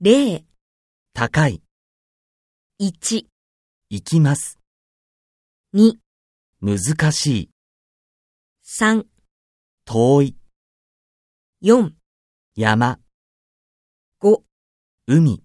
0、高い、 1、行きます、 2、難しい、 3、遠い、 4、山、 5海。